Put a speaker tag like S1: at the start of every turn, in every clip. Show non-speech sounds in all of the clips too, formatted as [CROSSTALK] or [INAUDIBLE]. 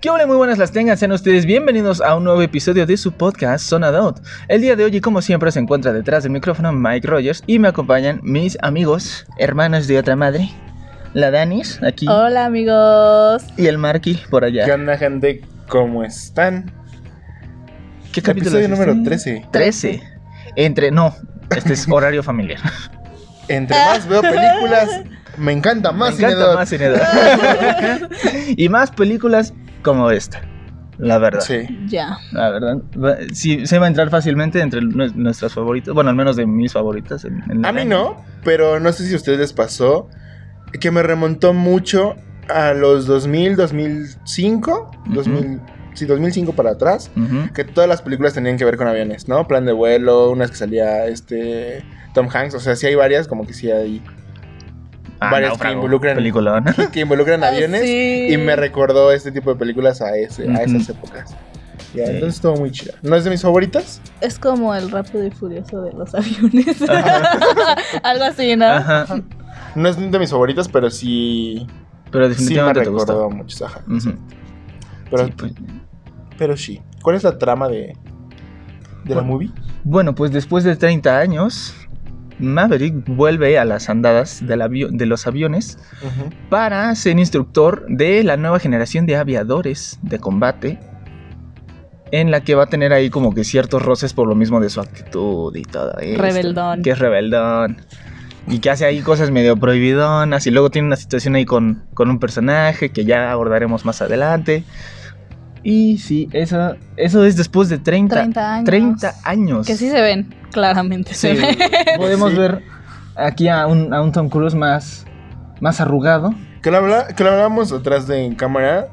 S1: ¿Qué hola? Muy buenas las tengan, sean ustedes bienvenidos a un nuevo episodio de su podcast Zona Out. El día de hoy, y como siempre, se encuentra detrás del micrófono Mike Rogers y me acompañan mis amigos, hermanos de otra madre, la Danis, aquí,
S2: Hola amigos.
S1: y el Marky, por
S3: ¿Qué
S1: allá.
S3: onda, gente? ¿Cómo están?
S1: ¿Qué
S3: Episodio
S1: es este?
S3: número 13.
S1: 13. Entre, no, este
S3: [LAUGHS]
S1: es horario familiar.
S3: Entre más
S1: [LAUGHS]
S3: veo películas, me encanta más.
S1: Me encanta
S3: Cinedot.
S1: más sin
S3: [LAUGHS]
S1: edad. y más películas como esta, la verdad.
S3: Sí.
S2: Ya.
S1: La verdad, va- sí, se va a entrar fácilmente entre nue- nuestras favoritas, bueno, al menos de mis favoritas. en- en la
S3: A mí
S1: lista.
S3: no, pero no sé si a ustedes les pasó que me remontó mucho a los 2000, 2005, 2000, sí, 2005 para atrás.
S1: Ujú.
S3: Que todas las películas tenían que ver con aviones, ¿no? Plan de vuelo, unas que salía este Tom Hanks, o sea, sí hay varias, como que sí hay
S1: Ah,
S3: Varias
S1: Náufrago,
S3: que involucran-
S1: película, ¿no?
S3: [LAUGHS] que involucran
S2: Ah,
S3: aviones.
S2: sí.
S3: Y me recordó este tipo de películas a, ese, a esas
S1: Ujú.
S3: épocas. Ya,
S1: Sí.
S3: entonces estuvo muy chida. ¿No es de mis favoritas?
S2: Es como el rápido y furioso de los [LAUGHS] aviones. Algo así, ¿no?
S1: Ajá.
S3: No es de mis favoritas, pero sí.
S1: Pero
S3: Sí me
S1: definitivamente te gustó.
S3: recordó mucho. Ajá.
S1: Ujú.
S3: Pero,
S1: Sí, pues.
S3: pero sí. ¿Cuál es la trama de, de la
S1: Bueno.
S3: movie?
S1: Bueno, pues después de 30 años, Maverick vuelve a las andadas del avio- de los aviones para ser instructor de la nueva generación de aviadores de combate. En la que va a tener ahí como que ciertos roces por lo mismo de su actitud y todo eso.
S2: Rebeldón.
S1: Que es rebeldón. Y que hace ahí cosas medio prohibidonas. Y luego tiene una situación ahí con, con un personaje que ya abordaremos más adelante. Y sí, eso, eso es después de 30,
S2: 30 años.
S1: 30 años.
S2: Que sí se ven, claramente se [LAUGHS]
S1: Sí,
S2: ven.
S1: Podemos
S3: Sí.
S1: ver aquí a un, a un Tom Cruise más, más arrugado.
S3: Que lo, habla- que lo hablamos atrás de en cámara.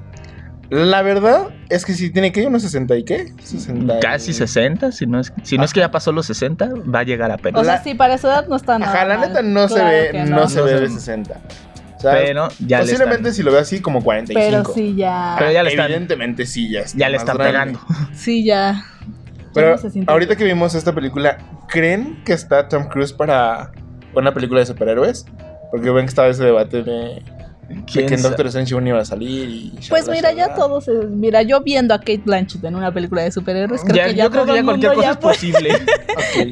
S3: La verdad es que si tiene que ir unos 60 y qué? 60 y-
S1: Casi 60, si no es, si no es que ya pasó los 60, va a llegar apenas.
S2: O sea,
S3: La-
S2: sí, para su edad no está nada.
S3: Ajá, la
S2: mal.
S3: neta no se
S2: Claro
S3: ve,
S2: que
S3: no, se
S1: No
S3: ve
S1: se
S3: de
S1: ve.
S3: 60. O sea,
S1: pero ya le están,
S3: posiblemente si lo veo así como 45.
S2: Pero sí, ya.
S1: Pero ya le están-
S3: Evidentemente sí, ya está
S1: ya le
S3: más
S1: están
S3: grande.
S1: pegando.
S2: Sí, ya.
S3: Pero
S2: no se siente
S3: ahorita que vimos esta película, ¿creen que está Tom Cruise para una película de superhéroes? Porque ven que estaba ese debate de, de
S1: ¿Quién
S3: que en
S1: sabe?
S3: Doctor Strange uno iba a salir y...
S2: Pues
S3: shalala,
S2: mira, ya
S3: shalala.
S2: todos. es- Mira, yo viendo a Kate Blanchett en una película de superhéroes, creo
S1: Ya-
S2: que ya
S1: yo creo
S2: todo
S1: que ya
S2: el
S1: cualquier
S2: mundo
S1: cosa
S2: ya
S1: es posible.
S3: Ok.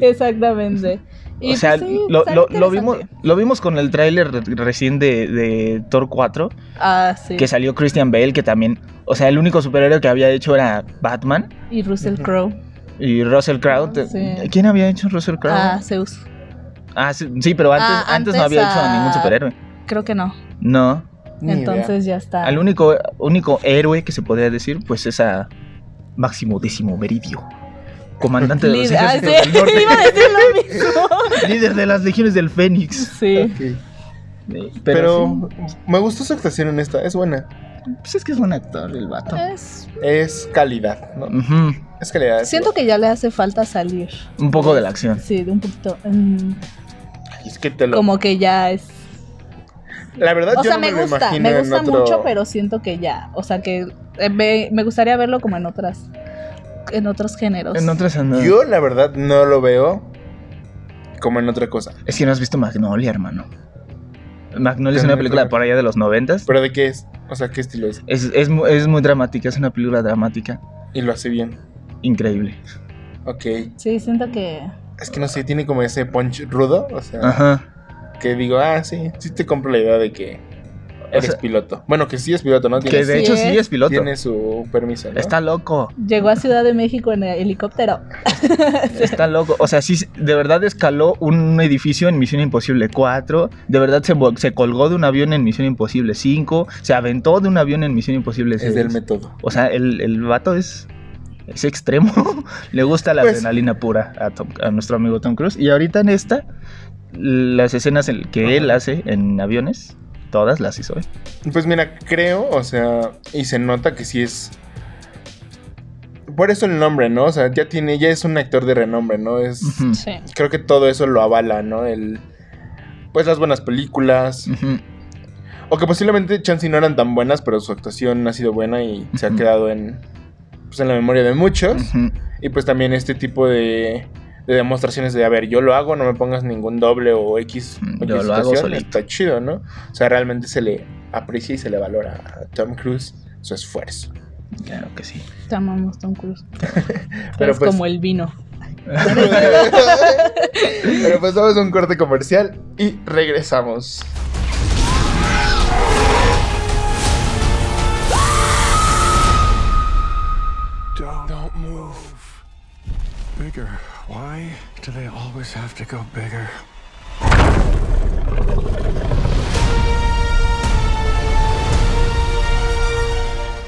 S2: [LAUGHS] Exactamente. Y
S1: o sea,
S2: pues sí,
S1: lo,
S2: está
S1: lo- lo vimos,
S2: interesante.
S1: lo vimos con el tráiler re- recién de, de Thor 4,
S2: Ah, sí.
S1: que salió Christian Bale, que también, o sea, el único superhéroe que había hecho era Batman
S2: Y Russell
S3: Ujú.
S2: Crowe.
S1: y Russell Crowe.
S2: Ah, sí.
S1: ¿Quién había hecho Russell Crowe?
S2: Ah, Zeus.
S1: Ah, sí, sí, pero antes,
S2: Ah,
S1: antes no
S2: antes
S1: había hecho a
S2: a-
S1: ningún superhéroe.
S2: Creo que no.
S1: No.
S3: Ni idea.
S2: Entonces ya está.
S1: Al único, único héroe que se podría decir, pues es a Máximo Décimo Meridio. Comandante de los
S2: Líder. Ah,
S1: ejércitos
S2: sí,
S1: del norte,
S2: iba a decir
S3: [LAUGHS]
S2: lo mismo.
S1: líder de las legiones del Fénix.
S2: Sí.
S3: Ok.
S1: Eh, Pero,
S3: Pero,
S1: sí,
S3: me gustó su actuación en esta, es buena.
S1: pues es que es buen actor el vato.
S2: Es-
S3: Es calidad, ¿no?
S1: Ujú,
S3: Es calidad.
S2: Siento que ya le hace falta salir.
S1: Un poco de la acción.
S2: Sí, de un poquito. mm,
S3: Ay, Es que te lo...
S2: como que ya es.
S3: La verdad
S2: O
S3: yo
S2: sea,
S3: no
S2: me
S3: me, lo
S2: gusta,
S3: imagino
S2: me
S3: en
S2: gusta
S3: otro-
S2: mucho, pero siento que ya. O sea, que eh, me, me gustaría verlo como en otras. En otros géneros.
S1: En otras andadas.
S3: Yo la verdad no lo veo como en otra cosa.
S1: Es que no has visto Magnolia, hermano. Magnolia es
S3: Yo no
S1: una
S3: me
S1: película
S3: acuerdo.
S1: por allá de los noventas.
S3: ¿Pero de qué es? O sea, ¿qué estilo es?
S1: Es, es, mu- es muy dramática, es una película dramática.
S3: Y lo hace bien.
S1: Increíble.
S3: Ok.
S2: Sí, siento que.
S3: Es que no sé, tiene como ese punch rudo. O sea,
S1: Ajá.
S3: que digo, ah, sí, sí te compro la idea de que eres
S1: sea-
S3: piloto. Bueno, que sí es piloto, ¿no? Tiene,
S1: Que de
S2: Sí
S1: hecho sí
S2: es.
S1: es piloto.
S3: tiene su permiso. ¿no?
S1: Está loco.
S2: Llegó a Ciudad de México en helicóptero.
S1: Está loco. O sea, sí, de verdad escaló un edificio en Misión Imposible 4. De verdad se, vol- se colgó de un avión en Misión Imposible 5. Se aventó de un avión en Misión Imposible
S3: Es
S1: 6.
S3: del método.
S1: o sea, el, el vato es, es extremo. [LAUGHS] Le gusta la
S3: Pues-
S1: adrenalina pura a, Tom- a nuestro amigo Tom Cruise. Y ahorita en esta, las escenas en- que él hace en aviones, todas las hizo. él.
S3: Pues mira, creo, o sea, y se nota que sí es. Por eso el nombre, ¿no? O sea, ya tiene, ya es un actor de renombre, ¿no? Es.
S1: Ujú,
S2: Sí.
S3: Creo que todo eso lo avala, ¿no? El. Pues las buenas películas.
S1: ujú.
S3: O que posiblemente Chansey no eran tan buenas, pero su actuación ha sido buena y se ha
S1: Ujú.
S3: quedado en, pues, en la memoria de muchos.
S1: Ujú.
S3: Y pues también este tipo de, de demostraciones de, a ver, yo lo hago, no me pongas ningún doble o X.
S1: Mm,
S3: o
S1: yo
S3: X
S1: lo hago
S3: situación,
S1: solito.
S3: Está chido, ¿no? O sea, realmente se le aprecia y se le valora a Tom Cruise su esfuerzo.
S1: Claro que sí.
S2: Te amamos, Tom
S3: [LAUGHS]
S2: Cruise.
S3: Pero
S2: es
S3: pues-
S2: como el vino.
S3: [LAUGHS] Pero pues vamos a un corte comercial y regresamos.
S4: Don't, don't move. Bigger. Why do they always have to go bigger?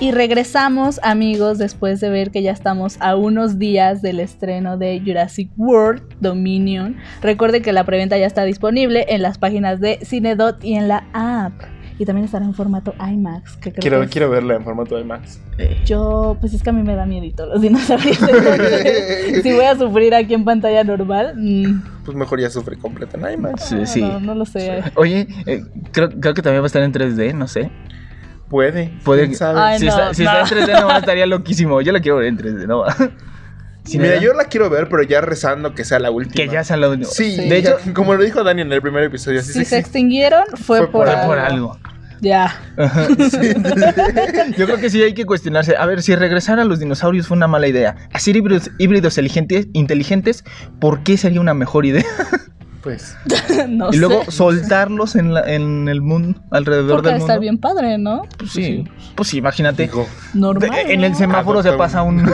S2: Y regresamos, amigos, después de ver que ya estamos a unos días del estreno de Jurassic World Dominion. Recuerden que la preventa ya está disponible en las páginas de Cinedot y en la app. Y también estará en formato IMAX. Que creo
S3: Quiero,
S2: que es-
S3: quiero verla en formato de Max.
S1: Eh,
S2: Yo, pues es que a mí me da miedito los dinosaurios. [LAUGHS] entonces, si voy a sufrir aquí en pantalla normal, mm,
S3: Pues mejor ya sufre completa en IMAX.
S1: Sí, sí.
S2: Ah, No, no lo sé.
S1: Oye, eh, creo, creo que también va a estar en 3D, no sé.
S3: Puede.
S1: Puede
S3: quién
S1: que-
S3: sabe.
S2: Ay,
S1: si
S2: no,
S1: está, si
S2: no.
S1: está en 3D,
S2: [LAUGHS]
S1: no, estaría loquísimo. Yo la quiero ver en 3D,
S3: [LAUGHS]
S1: no. Si
S3: Mira,
S1: no,
S3: yo la quiero ver, pero ya rezando que sea la última.
S1: Que ya sea lo
S3: Sí,
S2: Sí.
S3: de
S1: De
S3: hecho,
S1: hecho-
S3: como lo dijo Dani en el primer episodio, así
S2: Si
S3: se
S2: se extinguieron, fue,
S3: Fue
S2: por,
S3: por-
S1: Fue por algo.
S2: Ya. [LAUGHS]
S1: Ajá. Yo creo que sí hay que cuestionarse. A ver, si regresar a los dinosaurios fue una mala idea, hacer híbridos, híbridos inteligentes, inteligentes, ¿por qué sería una mejor idea?
S3: [LAUGHS] Pues,
S2: no
S1: y luego
S2: sé.
S1: soltarlos en, la- en el mundo, alrededor
S2: Porque
S1: del mundo.
S2: está bien padre, ¿no?
S1: Pues sí, pues sí, imagínate.
S3: digo,
S2: Normal.
S1: De- en el
S2: ¿no?
S1: semáforo se
S3: Adopta
S1: pasa un. [LAUGHS]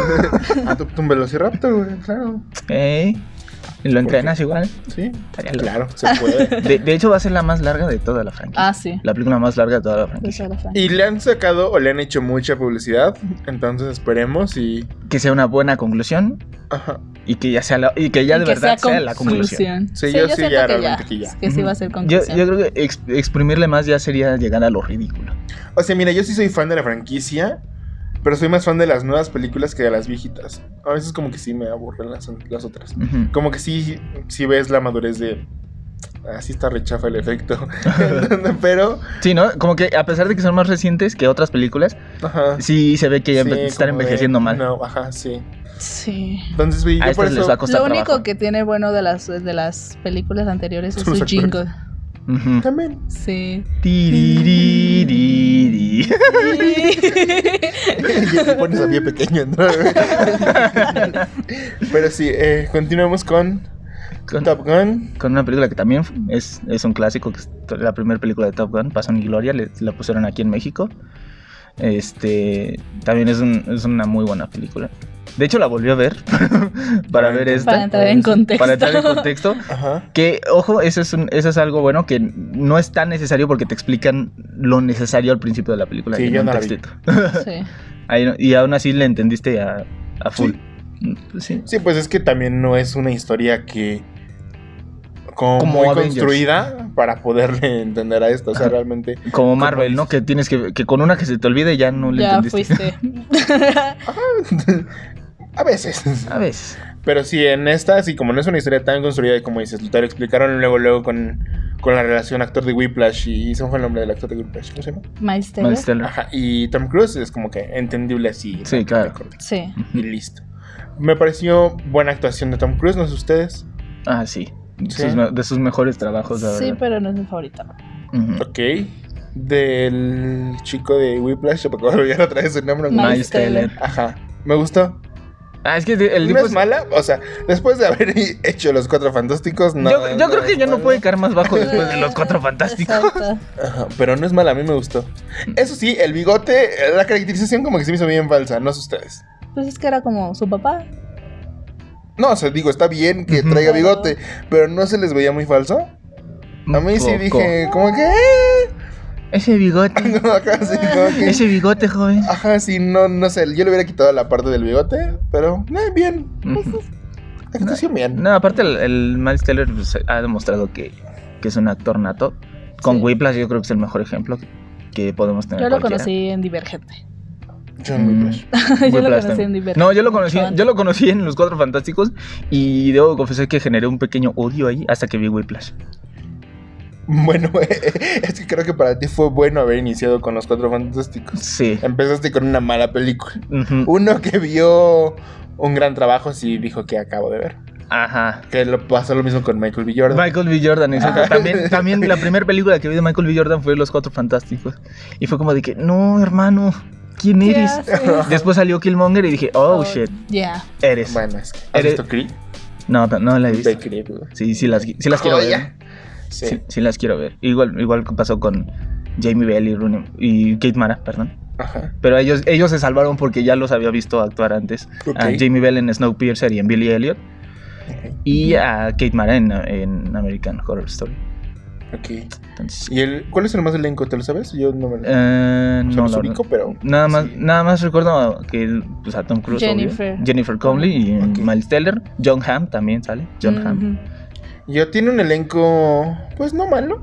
S3: adopta un Ah, velociraptor, güey, claro.
S1: ¿Eh? y Lo entrenas igual.
S3: Sí,
S1: Estaría loco.
S3: claro, se puede.
S1: De, de hecho, va a ser la más larga de toda la franquicia.
S2: Ah, sí.
S1: La película más larga de toda la
S2: Pues
S1: franquicia.
S2: ahora está.
S3: Y le han sacado o le han hecho mucha publicidad, entonces esperemos y...
S1: Que sea una buena conclusión
S3: Ajá.
S1: y que ya sea la, y que ya de
S2: Y que
S1: verdad sea, la conclusión.
S3: Sí, yo sí,
S2: siento que
S3: ya, realmente que ya.
S2: Que sí va a ser
S1: Ujú.
S2: conclusión.
S1: Yo, yo creo que ex- exprimirle más ya sería llegar a lo ridículo.
S3: O sea, mira, yo sí soy fan de la franquicia, pero soy más fan de las nuevas películas que de las viejitas. A veces como que sí me aburren las, las otras.
S1: Ujú.
S3: Como que sí, sí ves la madurez de... Así está rechafa el efecto. [LAUGHS] pero...
S1: Sí, ¿no? Como que a pesar de que son más recientes que otras películas,
S3: Ajá.
S1: sí se ve que ya
S3: Sí,
S1: empe- están
S3: como de-
S1: envejeciendo mal.
S3: No, ajá, sí.
S2: Sí.
S3: Entonces, güey,
S1: A
S3: yo por
S1: estas
S3: eso...
S1: les va a costar
S2: Lo único
S1: trabajo.
S2: que tiene bueno de las, de las películas anteriores es
S3: Son
S2: su
S3: los
S2: jingle.
S1: Ujú. [LAUGHS]
S3: También.
S2: Sí.
S1: Tiririri.
S3: y te pones a pie pequeño, ¿no? [LAUGHS] Pero sí, eh, continuamos con
S1: Con-
S3: Top Gun.
S1: con una película que también es, es un clásico, que es to- la primera película de Top Gun, Pasión y Gloria, le- la pusieron aquí en México. Este también es, un- es una muy buena película. De hecho la volví a ver [LAUGHS] para ver esta.
S2: Para entrar en contexto.
S1: Para entrar en contexto.
S3: Ajá.
S1: Que, ojo, eso es, un- eso es algo bueno que no es tan necesario porque te explican lo necesario al principio de la película.
S3: Sí,
S1: y en
S3: yo
S1: un
S3: no la vi.
S1: textito.
S2: Sí.
S1: Ahí no- y aún así le entendiste a, a full. Mm, pues Sí.
S3: Sí, pues es que también no es una historia que... Como,
S1: Como
S3: muy
S1: Avengers.
S3: construida para poderle entender a esto. O sea,
S1: Ajá.
S3: realmente... [LAUGHS]
S1: Como Marvel, ¿no? Que tienes que, que con una que se te olvide ya no le
S2: ya
S1: entendiste. [LAUGHS]
S2: fuiste.
S3: a veces.
S1: A veces.
S3: Pero sí, en esta, así como no es una historia tan construida y como dices, te lo explicaron luego, luego con, con la relación actor de Whiplash y... ¿Se me fue el nombre del actor de Whiplash? ¿Cómo se llama?
S2: Miles Teller.
S1: Miles Teller.
S3: Ajá, y Tom Cruise es como que entendible así.
S1: Sí, ah. claro.
S2: Sí.
S3: Y listo. Me pareció buena actuación de Tom Cruise, no sé ustedes.
S1: Ah, sí. De
S3: Sí.
S1: sus me- de sus mejores trabajos, la
S2: Sí,
S1: verdad.
S2: pero no es mi favorita.
S1: Ujú.
S3: Ok. Del chico de Whiplash, se me acabo de olvidar otra vez el nombre.
S2: Miles
S1: Miles,
S2: Teller.
S1: Teller.
S3: Ajá. Me gustó.
S1: Ah, es que el
S3: ¿No
S1: tipo
S3: es
S1: es-
S3: mala? O sea, después de haber [LAUGHS] hecho los cuatro fantásticos, no.
S1: yo, yo creo que
S3: es
S1: ya no
S3: mala.
S1: puede caer más bajo después de los
S2: [LAUGHS]
S1: cuatro fantásticos.
S2: Exacto.
S3: Ajá, pero no es mala, a mí me gustó. Eso sí, el bigote, la caracterización como que se me hizo bien falsa, no sé ustedes.
S2: Pues es que era como su papá.
S1: Ah,
S3: No, o sea, digo, está bien que
S1: Ujú.
S3: traiga bigote, pero no se les veía muy falso. A mí sí
S1: Un poco.
S3: dije, como que. "Eh". [LAUGHS]
S1: Ese bigote.
S3: No, ajá, sí, como que-
S1: Ese bigote, joven.
S2: Ah,
S3: Ajá, sí, no, no sé. Yo le hubiera quitado la parte del bigote, pero eh, bien.
S1: Ujú.
S3: Actuación bien.
S1: No, aparte el, el Miles Teller pues, ha demostrado que, que es un actor nato. Con
S2: Sí.
S1: Whiplash yo creo que es el mejor ejemplo que, que podemos tener.
S2: Yo lo
S1: cualquiera.
S2: conocí en Divergente.
S3: John
S1: Mm.
S3: Whiplash.
S2: Mm. [LAUGHS] yo lo
S1: Whiplash
S2: conocí en
S1: también.
S2: Divergente.
S1: No, yo lo conocí,
S2: mucho
S1: yo lo conocí en Los Cuatro Fantásticos y debo confesar que generé un pequeño odio ahí hasta que vi Whiplash.
S3: [LAUGHS] Bueno, [LAUGHS] es que creo que para ti fue bueno haber iniciado con los cuatro fantásticos.
S1: Sí.
S3: Empezaste con una mala película.
S1: Ujú.
S3: Uno que vio un gran trabajo, sí dijo que acabo de ver.
S1: Ajá.
S3: Que lo pasó lo mismo con Michael B. Jordan.
S1: Michael B. Jordan, exacto. También,
S3: [LAUGHS]
S1: también la primera película que vi de Michael B. Jordan fue Los Cuatro Fantásticos. Y fue como de que, no, hermano, ¿Quién
S2: ¿Qué
S1: eres?
S2: haces?
S1: Después salió Killmonger y dije, [LAUGHS] oh, shit,
S2: Ya.
S1: eres.
S3: Bueno, es que. ¿Has
S1: Eres-
S3: visto Creed?
S1: No, no, no la he visto.
S3: Ve Creed, güey.
S1: Sí, sí las, sí las quiero ver.
S3: Joya.
S1: Sí.
S3: Sí.
S1: sí las quiero ver. Igual, igual pasó con Jamie Bell y, Rooney- y Kate Mara, perdón.
S3: Ajá.
S1: Pero ellos, ellos se salvaron porque ya los había visto actuar antes.
S3: Ok.
S1: A Jamie Bell en Snowpiercer y en Billy Elliot. Y a Kate Mara en, en American Horror Story.
S3: Ok.
S1: Entonces,
S3: ¿Y el, cuál es el más elenco? ¿Te lo sabes? Yo no me lo.
S1: eh,
S3: no
S1: no,
S3: los
S1: la
S3: ubico, pero.
S1: verdad. Nada más,
S3: sí.
S1: nada más recuerdo que pues, a Tom Cruise, obvio.
S2: Jennifer.
S1: Jennifer Conley y
S3: Ok.
S1: Miles Teller, John Hamm también sale, John Hamm.
S2: Ujú.
S3: Ya tiene un elenco, pues no malo.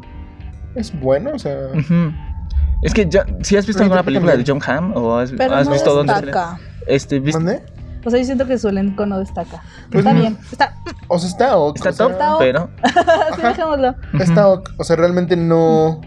S3: Es bueno, o sea.
S1: Ujú. Es que ya- si has visto
S3: Lo
S1: alguna
S3: interpreta
S1: película de John
S3: bien.
S1: Hamm o has,
S2: Pero
S1: has
S2: no
S1: visto dónde sale?
S2: destaca.
S1: este ¿viste?
S3: ¿Dónde?
S2: O sea, yo siento que su elenco no destaca.
S3: Pues
S2: está
S3: no.
S2: bien. Está,
S3: O sea, está ok.
S1: está
S3: o sea,
S1: top,
S2: Está ok.
S1: pero
S2: así dejémoslo.
S1: ujú.
S3: Está ok. O sea, realmente no.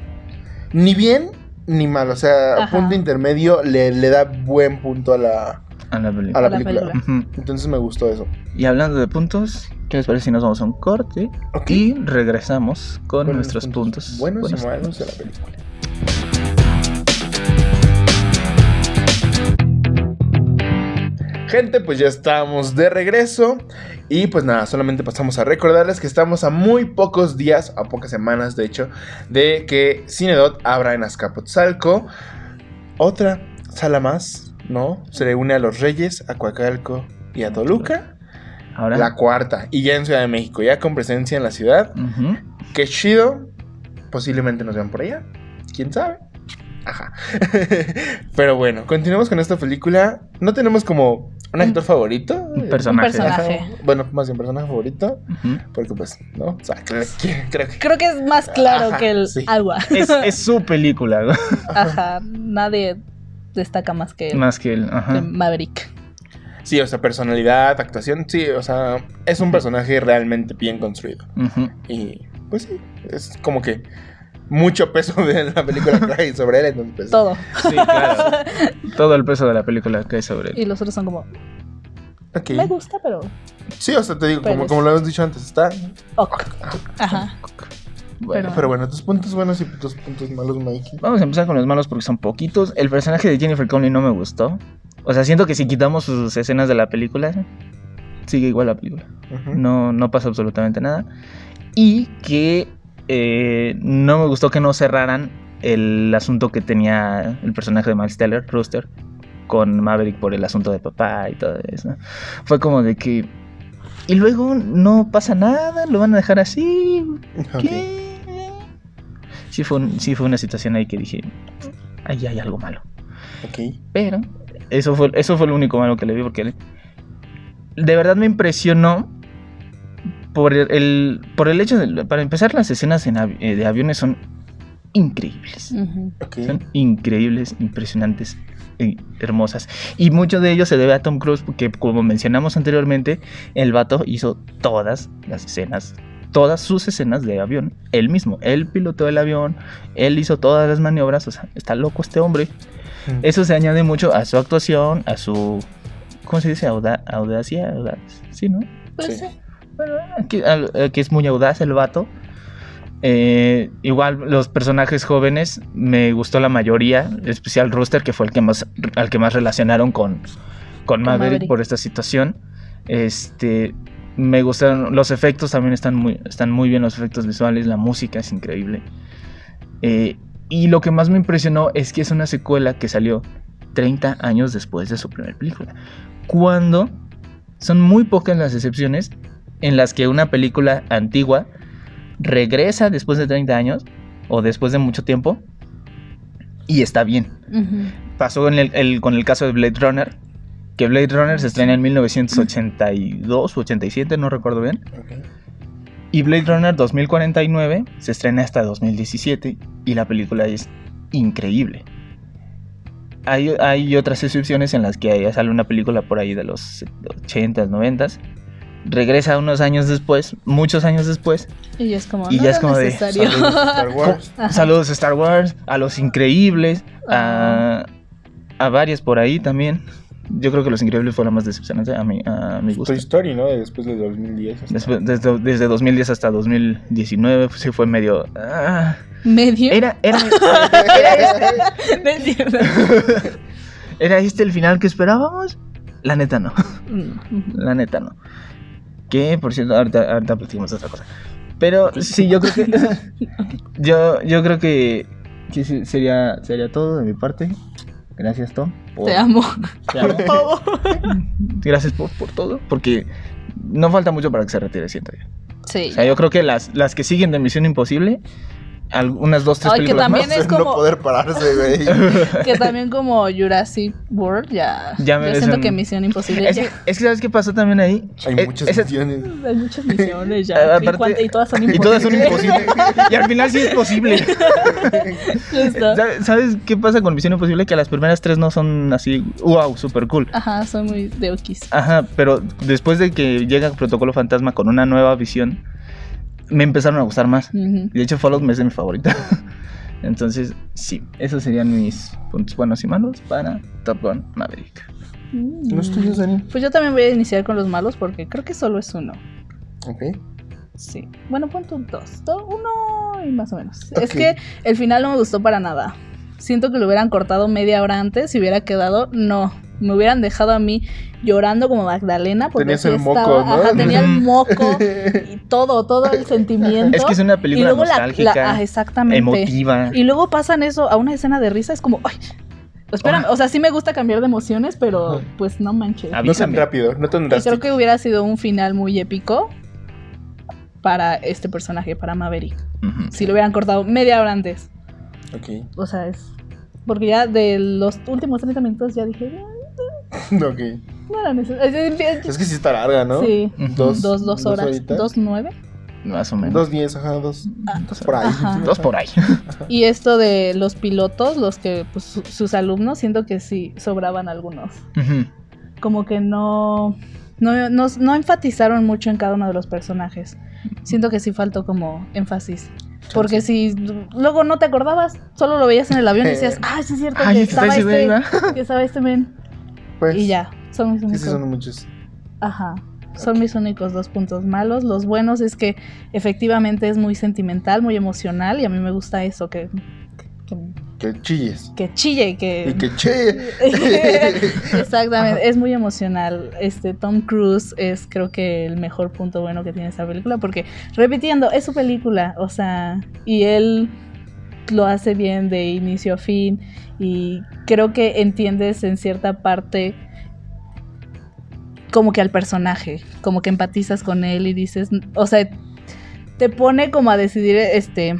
S3: Ni bien ni mal. O sea,
S2: Ajá.
S3: punto intermedio le, le da buen punto a la,
S1: a la película.
S3: a la
S2: la
S3: película.
S2: película.
S1: Ujú.
S3: Entonces me gustó eso.
S1: Y hablando de puntos, ¿qué les parece si nos vamos a un corte
S3: Ok.
S1: y regresamos con,
S3: Con
S1: nuestros
S3: los
S1: puntos?
S3: Buenos,
S1: Buenos
S3: y malos de la película. Gente, pues ya estamos de regreso. Y pues nada, solamente pasamos a recordarles que estamos a muy pocos días, a pocas semanas de hecho, de que Cinedot abra en Azcapotzalco otra sala más, ¿no? Se le une a los Reyes, a Coacalco y a Toluca.
S1: Ahora,
S3: La cuarta, y ya en Ciudad de México, ya con presencia en la ciudad.
S1: ujú,
S3: Qué chido. Posiblemente nos vean por allá. ¿Quién sabe? Ajá. [LAUGHS] Pero bueno, continuamos con esta película. No tenemos como un actor favorito.
S1: un personaje.
S2: Un personaje.
S3: Ajá. Bueno, más bien personaje favorito.
S1: Ujú.
S3: Porque pues, ¿no? O sea, creo que... Creo que
S2: Creo que es más claro
S3: Ajá,
S2: que el
S3: sí.
S1: [LAUGHS]
S2: agua.
S1: Es, es su película, ¿no?
S2: Ajá. Nadie destaca más que,
S1: más que el.
S2: que
S1: Ajá.
S2: Maverick.
S3: sí, o sea, personalidad, actuación. Sí, o sea, es un personaje realmente bien construido.
S1: Ujú.
S3: Y pues sí, es como que mucho peso [LAUGHS] de la película
S1: [LAUGHS]
S3: trae sobre él. Entonces, pues,
S2: Todo.
S1: Sí, claro. Todo el peso de la película cae sobre él.
S2: Y los otros son como,
S3: ok.
S2: me gusta, pero
S3: Sí, o sea, te digo, como,
S2: Pero-
S3: como lo habías dicho antes, está
S2: ok. Ajá.
S1: Bueno,
S3: Pero bueno, tus puntos buenos y tus puntos malos, Mikey.
S1: vamos a empezar con los malos porque son poquitos. El personaje de Jennifer Conley no me gustó. O sea, siento que si quitamos sus escenas de la película, sigue igual la película.
S3: Ujú.
S1: no, no pasa absolutamente nada. Y que eh, no me gustó que no cerraran el asunto que tenía el personaje de Miles Teller, Rooster, con Maverick por el asunto de papá y todo eso. Fue como de que... Y luego no pasa nada, lo van a dejar así.
S3: Ok.
S1: ¿Qué? Sí, fue un- sí fue una situación ahí que dije, ahí hay algo malo.
S3: Ok.
S1: Pero eso fue, eso fue lo único malo que le vi porque de verdad me impresionó por el, por el hecho de, para empezar las escenas en avi- eh, de aviones son increíbles.
S2: Ujú.
S3: Ok.
S1: Son increíbles, impresionantes, eh, hermosas. Y mucho de ello se debe a Tom Cruise porque como mencionamos anteriormente, el vato hizo todas las escenas. Todas sus escenas de avión, él mismo, él pilotó el avión, él hizo todas las maniobras, o sea, está loco este hombre. Eso se añade mucho a su actuación, a su. ¿Cómo se dice? Auda- audacia. audaz- Sí, ¿no?
S2: Pues
S3: Sí.
S2: sí.
S1: Bueno, que, al- eh, que es muy audaz el vato. Eh, igual los personajes jóvenes me gustó la mayoría, en especial Rooster, que fue el que más, al que más relacionaron con, con Maverick,
S2: Maverick.
S1: por esta situación. Este, me gustaron los efectos, también están muy, están muy bien los efectos visuales, la música es increíble. Eh, y lo que más me impresionó es que es una secuela que salió 30 años después de su primera película. Cuando son muy pocas las excepciones en las que una película antigua regresa después de 30 años o después de mucho tiempo y está bien.
S2: Ujú.
S1: Pasó en el- el- con el caso de Blade Runner, que Blade Runner se estrena en 1982 o 87, no recuerdo bien.
S3: Ok.
S1: Y Blade Runner 2049 se estrena hasta 2017 y la película es increíble. Hay, hay otras excepciones en las que sale una película por ahí de los 80s, 90s. Regresa unos años después, muchos años después.
S2: Y ya es como,
S1: Y
S2: no
S1: ya
S2: era
S1: es como de,
S2: necesario.
S3: Saludos, Star Wars.
S1: Saludos a Star Wars, a Los Increíbles, a, a varias por ahí también. Yo creo que Los Increíbles fue la más decepcionante a mi, a mi gusto.
S3: Toy Story, ¿no? Después del [LAUGHS] 2010. hasta-
S1: Después- desde, desde 2010 hasta 2019 pues, sí fue medio... ah.
S2: [LAUGHS] [LAUGHS] Medio.
S1: [LAUGHS] Era, era,
S2: Medio.
S1: ¿Era este el final que esperábamos? La neta no, [LAUGHS]
S2: Mm.
S1: la neta no. Que, por cierto, ahorita, ahorita platicamos de otra cosa. Pero sí, yo creo que...
S2: [LAUGHS]
S1: yo, yo creo que, que sí, sería, sería todo de mi parte. Gracias, Tom. por-
S2: Te amo. [LAUGHS]
S1: te amo. Gracias por, por todo, porque no falta mucho para que se retire, siento yo.
S2: Sí.
S1: O sea, yo creo que las, las que siguen de Misión Imposible, algunas dos, tres
S2: Ay, que
S1: películas
S2: también
S1: más,
S2: es
S3: No
S2: como-
S3: poder pararse,
S1: [LAUGHS]
S3: güey.
S2: Que también como Jurassic World ya...
S1: Ya
S2: yo
S1: merecen-
S2: siento que Misión
S1: [LAUGHS]
S2: Imposible
S1: Es
S2: ya...
S1: que, es que ¿sabes qué pasó también ahí?
S3: Hay
S1: Eh,
S3: muchas
S1: esa-
S3: opciones.
S2: Hay muchas misiones
S3: [LAUGHS]
S2: ya.
S1: Ah,
S2: y
S1: aparte-
S2: cuánta- y todas
S1: [LAUGHS]
S2: son
S1: y todas
S2: imposibles. [LAUGHS]
S1: son imposibles. y al final sí es posible.
S2: [LAUGHS] Justo.
S1: ¿Sabes- ¿Sabes qué pasa con Misión Imposible? Que las primeras tres no son así, wow, super cool.
S2: Ajá, son muy de Okis.
S1: Ajá, pero después de que llega Protocolo Fantasma con una nueva visión, me empezaron a gustar más.
S2: Ujú.
S1: De hecho, Fallout me es de mi favorita. [LAUGHS] Entonces, sí, esos serían mis puntos buenos y malos para Top Gun Maverick.
S2: Mm.
S3: ¿Los tuyos, Dani?
S2: Pues yo también voy a iniciar con los malos porque creo que solo es uno.
S3: Ok.
S2: Sí. Bueno, punto dos. Do- Uno y más o menos. Es
S3: Ok.
S2: que el final no me gustó para nada. Siento que lo hubieran cortado media hora antes y hubiera quedado. No. Me hubieran dejado a mí llorando como Magdalena porque
S3: Tenías
S2: así
S3: el moco,
S2: estaba-
S3: ¿no?
S2: Ajá, tenía el
S3: [LAUGHS]
S1: Ujú.
S2: moco y todo, todo el sentimiento.
S1: Es que es una
S2: y
S1: película
S2: luego la-
S1: nostálgica,
S2: la, ah, exactamente.
S1: emotiva.
S2: Y luego pasan eso a una escena de risa, es como, ay, espérame, o sea, sí me gusta cambiar de emociones, pero
S3: Ajá.
S2: pues no manches.
S1: Avísame.
S3: No tan rápido, no tan
S2: Y creo
S3: drástico.
S2: que hubiera sido un final muy épico para este personaje, para Maverick.
S1: Ujú.
S2: Si lo hubieran cortado media hora antes.
S3: Ok. [LAUGHS]
S2: O sea, es... Porque ya de los últimos 30 minutos ya dije, "Ya,
S3: Ok.
S2: no era necesario.
S3: Es que sí está larga, ¿no?
S2: Sí,
S1: Ujú.
S3: Dos.
S2: dos, dos horas.
S3: horitas.
S2: Dos nueve. Ah,
S1: Más o menos.
S3: Dos diez, ajá, dos.
S1: Dos
S3: Por ahí.
S2: Ajá.
S1: Dos por ahí. [LAUGHS]
S2: Y esto de los pilotos, los que, pues, su- sus alumnos, siento que sí sobraban algunos.
S1: Ujú.
S2: como que no no, no no enfatizaron mucho en cada uno de los personajes. Siento que sí faltó como énfasis. Porque si luego no te acordabas, solo lo veías en el avión y decías,
S3: Eh,
S2: ah, sí es cierto
S1: Ay,
S2: que
S1: está
S2: estaba
S1: ese güey,
S2: este,
S1: ¿verdad?
S2: que estaba este men.
S3: Pues.
S2: Y ya, son mis
S3: Sí,
S2: únicos.
S3: sí, son muchos.
S2: Ajá. Son mis únicos dos puntos malos. Los buenos es que efectivamente es muy sentimental, muy emocional y a mí me gusta eso, que, que,
S3: Que chilles.
S2: que chille, que...
S3: Y
S2: [LAUGHS]
S3: que chille. [LAUGHS]
S2: Exactamente, es muy emocional. Este Tom Cruise es creo que el mejor punto bueno que tiene esta película porque repitiendo, es su película, o sea, y él lo hace bien de inicio a fin y creo que entiendes en cierta parte como que al personaje, como que empatizas con él y dices, o sea, te pone como a decidir este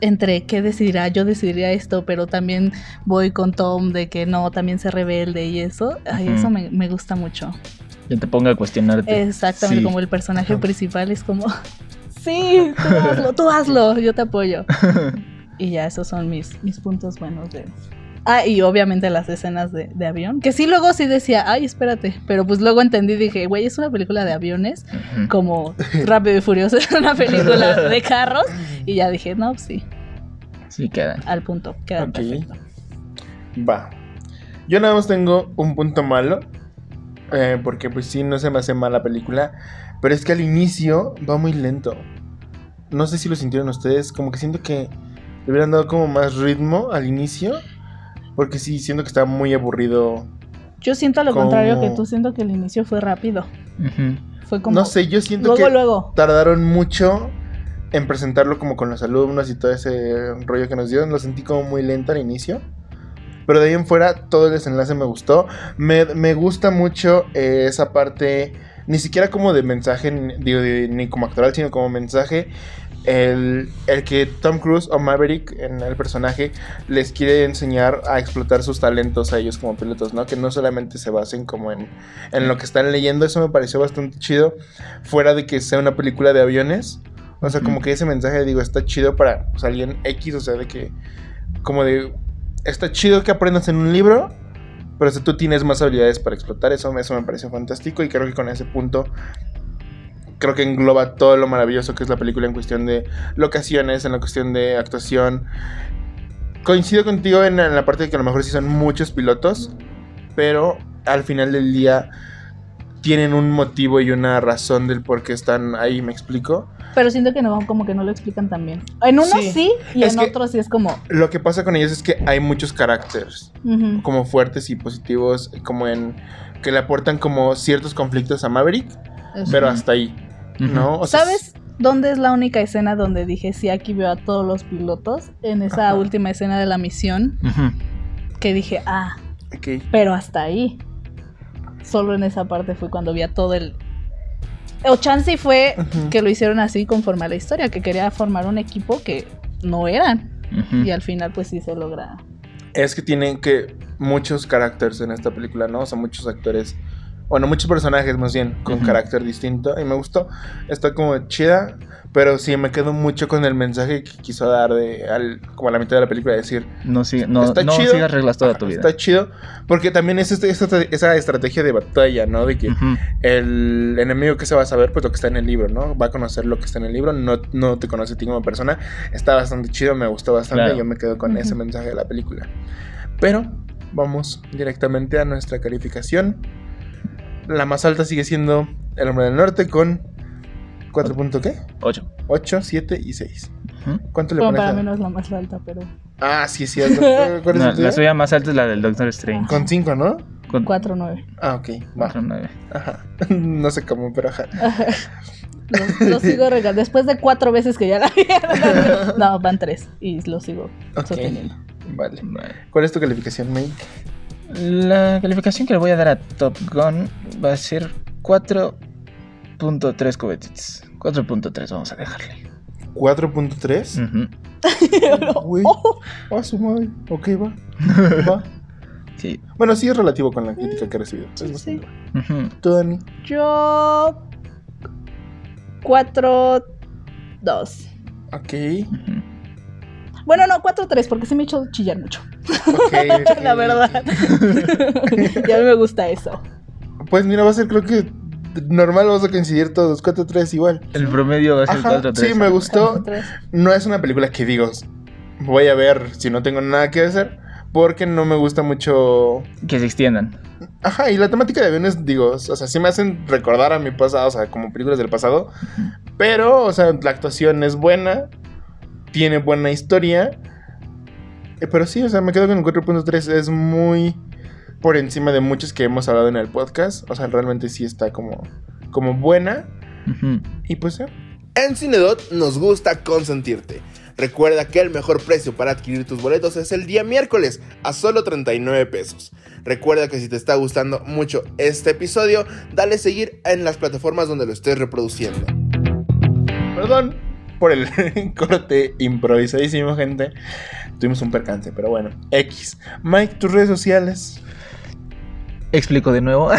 S2: entre qué decidirá, yo decidiría esto, pero también voy con Tom de que no, también se rebelde y eso, ay,
S1: Ujú.
S2: eso me, me gusta mucho.
S1: Que te ponga a cuestionarte.
S2: Exactamente,
S1: Sí.
S2: como el personaje principal es como, [LAUGHS] sí,
S3: [LAUGHS]
S2: tú hazlo, tú hazlo, yo te apoyo. Y ya, esos son mis, mis puntos buenos de... Ah, y obviamente las escenas de, de avión, que sí luego sí decía, ay, espérate, pero pues luego entendí, dije, güey, es una película de aviones,
S1: Ujú.
S2: como
S3: [LAUGHS]
S2: Rápido y Furioso es una película de carros, y ya dije, no, pues sí,
S1: Sí, quedan.
S2: al punto, queda
S3: Ok.
S2: perfecto.
S3: Va. Yo nada más tengo un punto malo. eh, porque pues sí, no se me hace mala película. Pero es que al inicio va muy lento. No sé si lo sintieron ustedes. Como que siento que le hubieran dado como más ritmo al inicio. Porque sí, siento que está muy aburrido.
S2: Yo siento lo
S3: Como-
S2: contrario que tú, siento que el inicio fue rápido.
S1: Ujú.
S2: Fue como.
S3: No sé, yo siento
S2: Luego,
S3: que
S2: luego.
S3: tardaron mucho en presentarlo como con los alumnos y todo ese rollo que nos dieron. Lo sentí como muy lento al inicio. Pero de ahí en fuera todo el desenlace me gustó. Me, me gusta mucho eh, esa parte, ni siquiera como de mensaje, ni- digo, de- ni como actoral, sino como mensaje. El, el que Tom Cruise o Maverick en el personaje les quiere enseñar a explotar sus talentos a ellos como pilotos, ¿no? Que no solamente se basen como en, en lo que están leyendo, eso me pareció bastante chido, fuera de que sea una película de aviones. O sea, como
S1: Ujú.
S3: que ese mensaje, digo, está chido para pues, alguien X, o sea, de que, como de, está chido que aprendas en un libro, pero si tú tienes más habilidades para explotar, eso, eso me pareció fantástico y creo que con ese punto creo que engloba todo lo maravilloso que es la película en cuestión de locaciones, en la cuestión de actuación. Coincido contigo en, en la parte de que a lo mejor sí son muchos pilotos, pero al final del día tienen un motivo y una razón del por qué están ahí, me explico.
S2: Pero siento que no, como que no lo explican tan bien. En uno
S3: Sí.
S2: sí, y
S3: Es
S2: en
S3: que-
S2: otro sí es como.
S3: Lo que pasa con ellos es que hay muchos caracteres,
S2: ujú.
S3: como fuertes y positivos, como en que le aportan como ciertos conflictos a Maverick,
S2: Eso.
S3: pero hasta ahí, ¿no? O sea,
S2: ¿Sabes dónde es la única escena donde dije sí, aquí veo a todos los pilotos? En esa
S3: Ajá.
S2: última escena de la misión,
S1: Ujú.
S2: que dije, ah,
S3: ok.
S2: pero hasta ahí. Solo en esa parte fue cuando vi a todo el. O chance y fue
S3: Ujú.
S2: que lo hicieron así conforme a la historia, que quería formar un equipo que no eran.
S1: Ujú.
S2: Y al final, pues sí se logra.
S3: es que tienen que muchos caracteres en esta película, ¿no? O sea, muchos actores, bueno, muchos personajes más bien, con
S1: Ujú.
S3: carácter distinto. Y me gustó, está como chida, pero sí me quedo mucho con el mensaje que quiso dar de, al, como a la mitad de la película, decir,
S1: No, siga- no,
S3: Está
S1: no
S3: chido.
S1: sigas reglas toda
S3: "Ah,
S1: tu vida.
S3: está chido, porque también es este- esta- esa estrategia de batalla, ¿no? De que
S1: Ujú.
S3: el enemigo que se va a saber, pues lo que está en el libro, ¿no? Va a conocer lo que está en el libro, no, no te conoce a ti como persona. Está bastante chido, me gustó bastante,
S1: Claro.
S3: yo me quedo con ese
S2: Ujú.
S3: mensaje de la película. Pero vamos directamente a nuestra calificación. La más alta sigue siendo El Hombre del Norte con 4. punto ¿Qué?
S1: Ocho.
S3: 8, 7 y 6.
S1: Ujú.
S3: ¿Cuánto le
S2: Bueno,
S3: pones?
S2: para
S3: a-
S2: mí no es la más alta, pero.
S3: Ah, sí, sí.
S2: [LAUGHS]
S3: ¿Cuál es
S1: No,
S3: el tuyo?
S1: la suya más alta es la del Doctor Strange.
S3: Con 5, ¿no?
S1: Con
S2: 4-9.
S3: Ah, ok. Va.
S1: cuatro, nueve.
S3: Ajá. [LAUGHS] no sé cómo, pero ajá.
S2: Lo, lo sigo regalando. Después de cuatro veces que ya la
S3: [LAUGHS]
S2: vi. No, van tres. Y lo sigo
S3: Ok.
S2: sosteniendo. [LAUGHS]
S3: Vale.
S1: Vale.
S3: ¿Cuál es tu calificación, Mike?
S1: La calificación que le voy a dar a Top Gun va a ser 4.3 cubetitos. 4.3 vamos a dejarle.
S3: 4.3.
S1: Ujú.
S2: [LAUGHS]
S3: Güey. Ah, su madre. Ok, va. va.
S1: Sí.
S3: Bueno, sí es relativo con la crítica que he recibido. Es
S2: sí.
S3: bastante bueno.
S1: Ujú.
S3: Tú, Dani.
S2: Yo. Cuatro. Dos. [LAUGHS]
S3: Ok.
S1: Ujú.
S2: Bueno, no, cuatro tres, porque se me ha hecho chillar mucho.
S3: Ok. ok,
S2: La
S3: [LAUGHS]
S2: verdad.
S3: ok.
S2: y a mí me gusta eso.
S3: Pues mira, va a ser, creo que normal vamos a coincidir todos. 4.3 igual.
S1: El promedio va a ser
S3: Ajá.
S1: 4.3.
S3: Sí, me gustó.
S2: Tres.
S3: No es una película que digo, voy a ver si no tengo nada que hacer. Porque no me gusta mucho.
S1: Que se extiendan.
S3: Ajá, y la temática de aviones, digo, o sea, sí me hacen recordar a mi pasado, o sea, como películas del pasado. Pero, o sea, la actuación es buena, tiene buena historia. eh, Pero sí, o sea, me quedo con el 4.3. Es muy por encima de muchos que hemos hablado en el podcast. O sea, realmente sí está como, como buena.
S1: Ujú.
S3: Y pues ya.
S5: En Cinedot nos gusta consentirte. Recuerda que el mejor precio para adquirir tus boletos es el día miércoles a solo 39 pesos. Recuerda que si te está gustando mucho este episodio, dale seguir en las plataformas donde lo estés reproduciendo.
S3: Perdón por el [LAUGHS] corte improvisadísimo, gente. Tuvimos un percance, pero bueno. X. Mike, tus redes sociales.
S1: Explico de nuevo.
S2: Ah,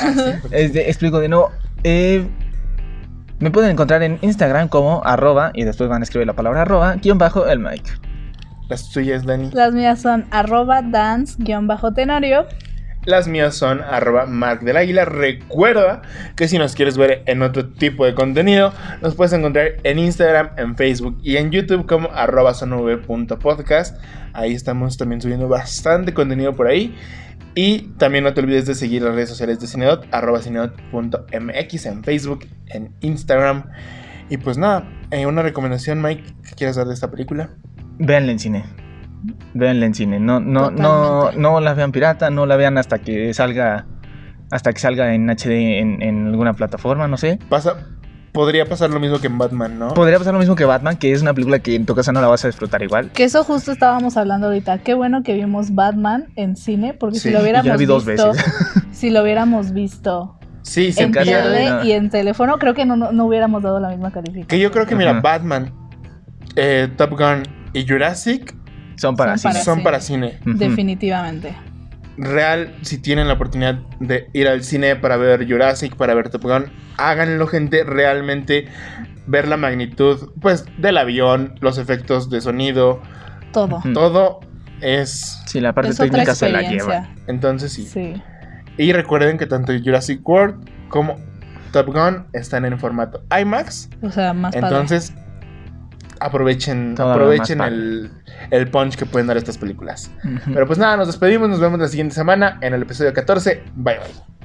S1: [LAUGHS] Este, explico de nuevo. Eh, me pueden encontrar en Instagram como arroba y después van a escribir la palabra arroba, guión bajo el mic.
S3: Las tuyas, Dani.
S2: Las mías son arroba dance-tenorio.
S3: Las mías son arroba Mark del Águila. Recuerda que si nos quieres ver en otro tipo de contenido, nos puedes encontrar en Instagram, en Facebook y en YouTube como arroba sonv.podcast. Ahí estamos también subiendo bastante contenido por ahí. Y también no te olvides de seguir las redes sociales de Cinedot, arroba cinedot.mx en Facebook, en Instagram. Y pues nada, eh, una recomendación, Mike, que quieras dar de esta película.
S1: Véanla en cine. Véanla en cine. No, no, no,
S2: Totalmente.
S1: no la vean pirata, no la vean hasta que salga. Hasta que salga en HD en, en alguna plataforma, no sé.
S3: Pasa, podría pasar lo mismo que en Batman, ¿no?
S1: Podría pasar lo mismo que Batman, que es una película que en tu casa no la vas a disfrutar igual.
S2: Que eso justo estábamos hablando ahorita. Qué bueno que vimos Batman en cine, porque
S3: Sí,
S2: si lo
S3: y ya
S1: la
S2: hubiéramos
S1: vi dos
S2: visto.
S1: veces.
S2: Si lo hubiéramos visto
S3: Sí, se
S2: en
S1: casa,
S3: pierde.
S2: tele
S1: no.
S2: y en teléfono, creo que no, no, no hubiéramos dado la misma calificación.
S3: Que yo creo que, mira,
S1: Ajá.
S3: Batman, eh, Top Gun y Jurassic
S1: Son para
S2: Son
S1: cine.
S3: son
S2: cine.
S3: para cine.
S1: Ujú.
S2: Definitivamente.
S3: Real, si tienen la oportunidad de ir al cine para ver Jurassic, para ver Top Gun, háganlo, gente. Realmente ver la magnitud, pues, del avión, los efectos de sonido,
S2: Todo.
S1: Mm.
S3: todo es.
S1: Sí, la parte
S2: Es otra
S1: técnica se la lleva.
S2: experiencia.
S3: Entonces, sí.
S2: Sí.
S3: Y recuerden que tanto Jurassic World como Top Gun están en formato IMAX.
S2: O sea, más padre.
S3: Entonces. Aprovechen,
S1: Todavía más
S3: aprovechen
S1: padre.
S3: el, el punch que pueden dar estas películas.
S2: Mm.
S1: Ujú.
S3: Pero pues nada, nos despedimos, nos vemos la siguiente semana en el episodio 14. Bye bye.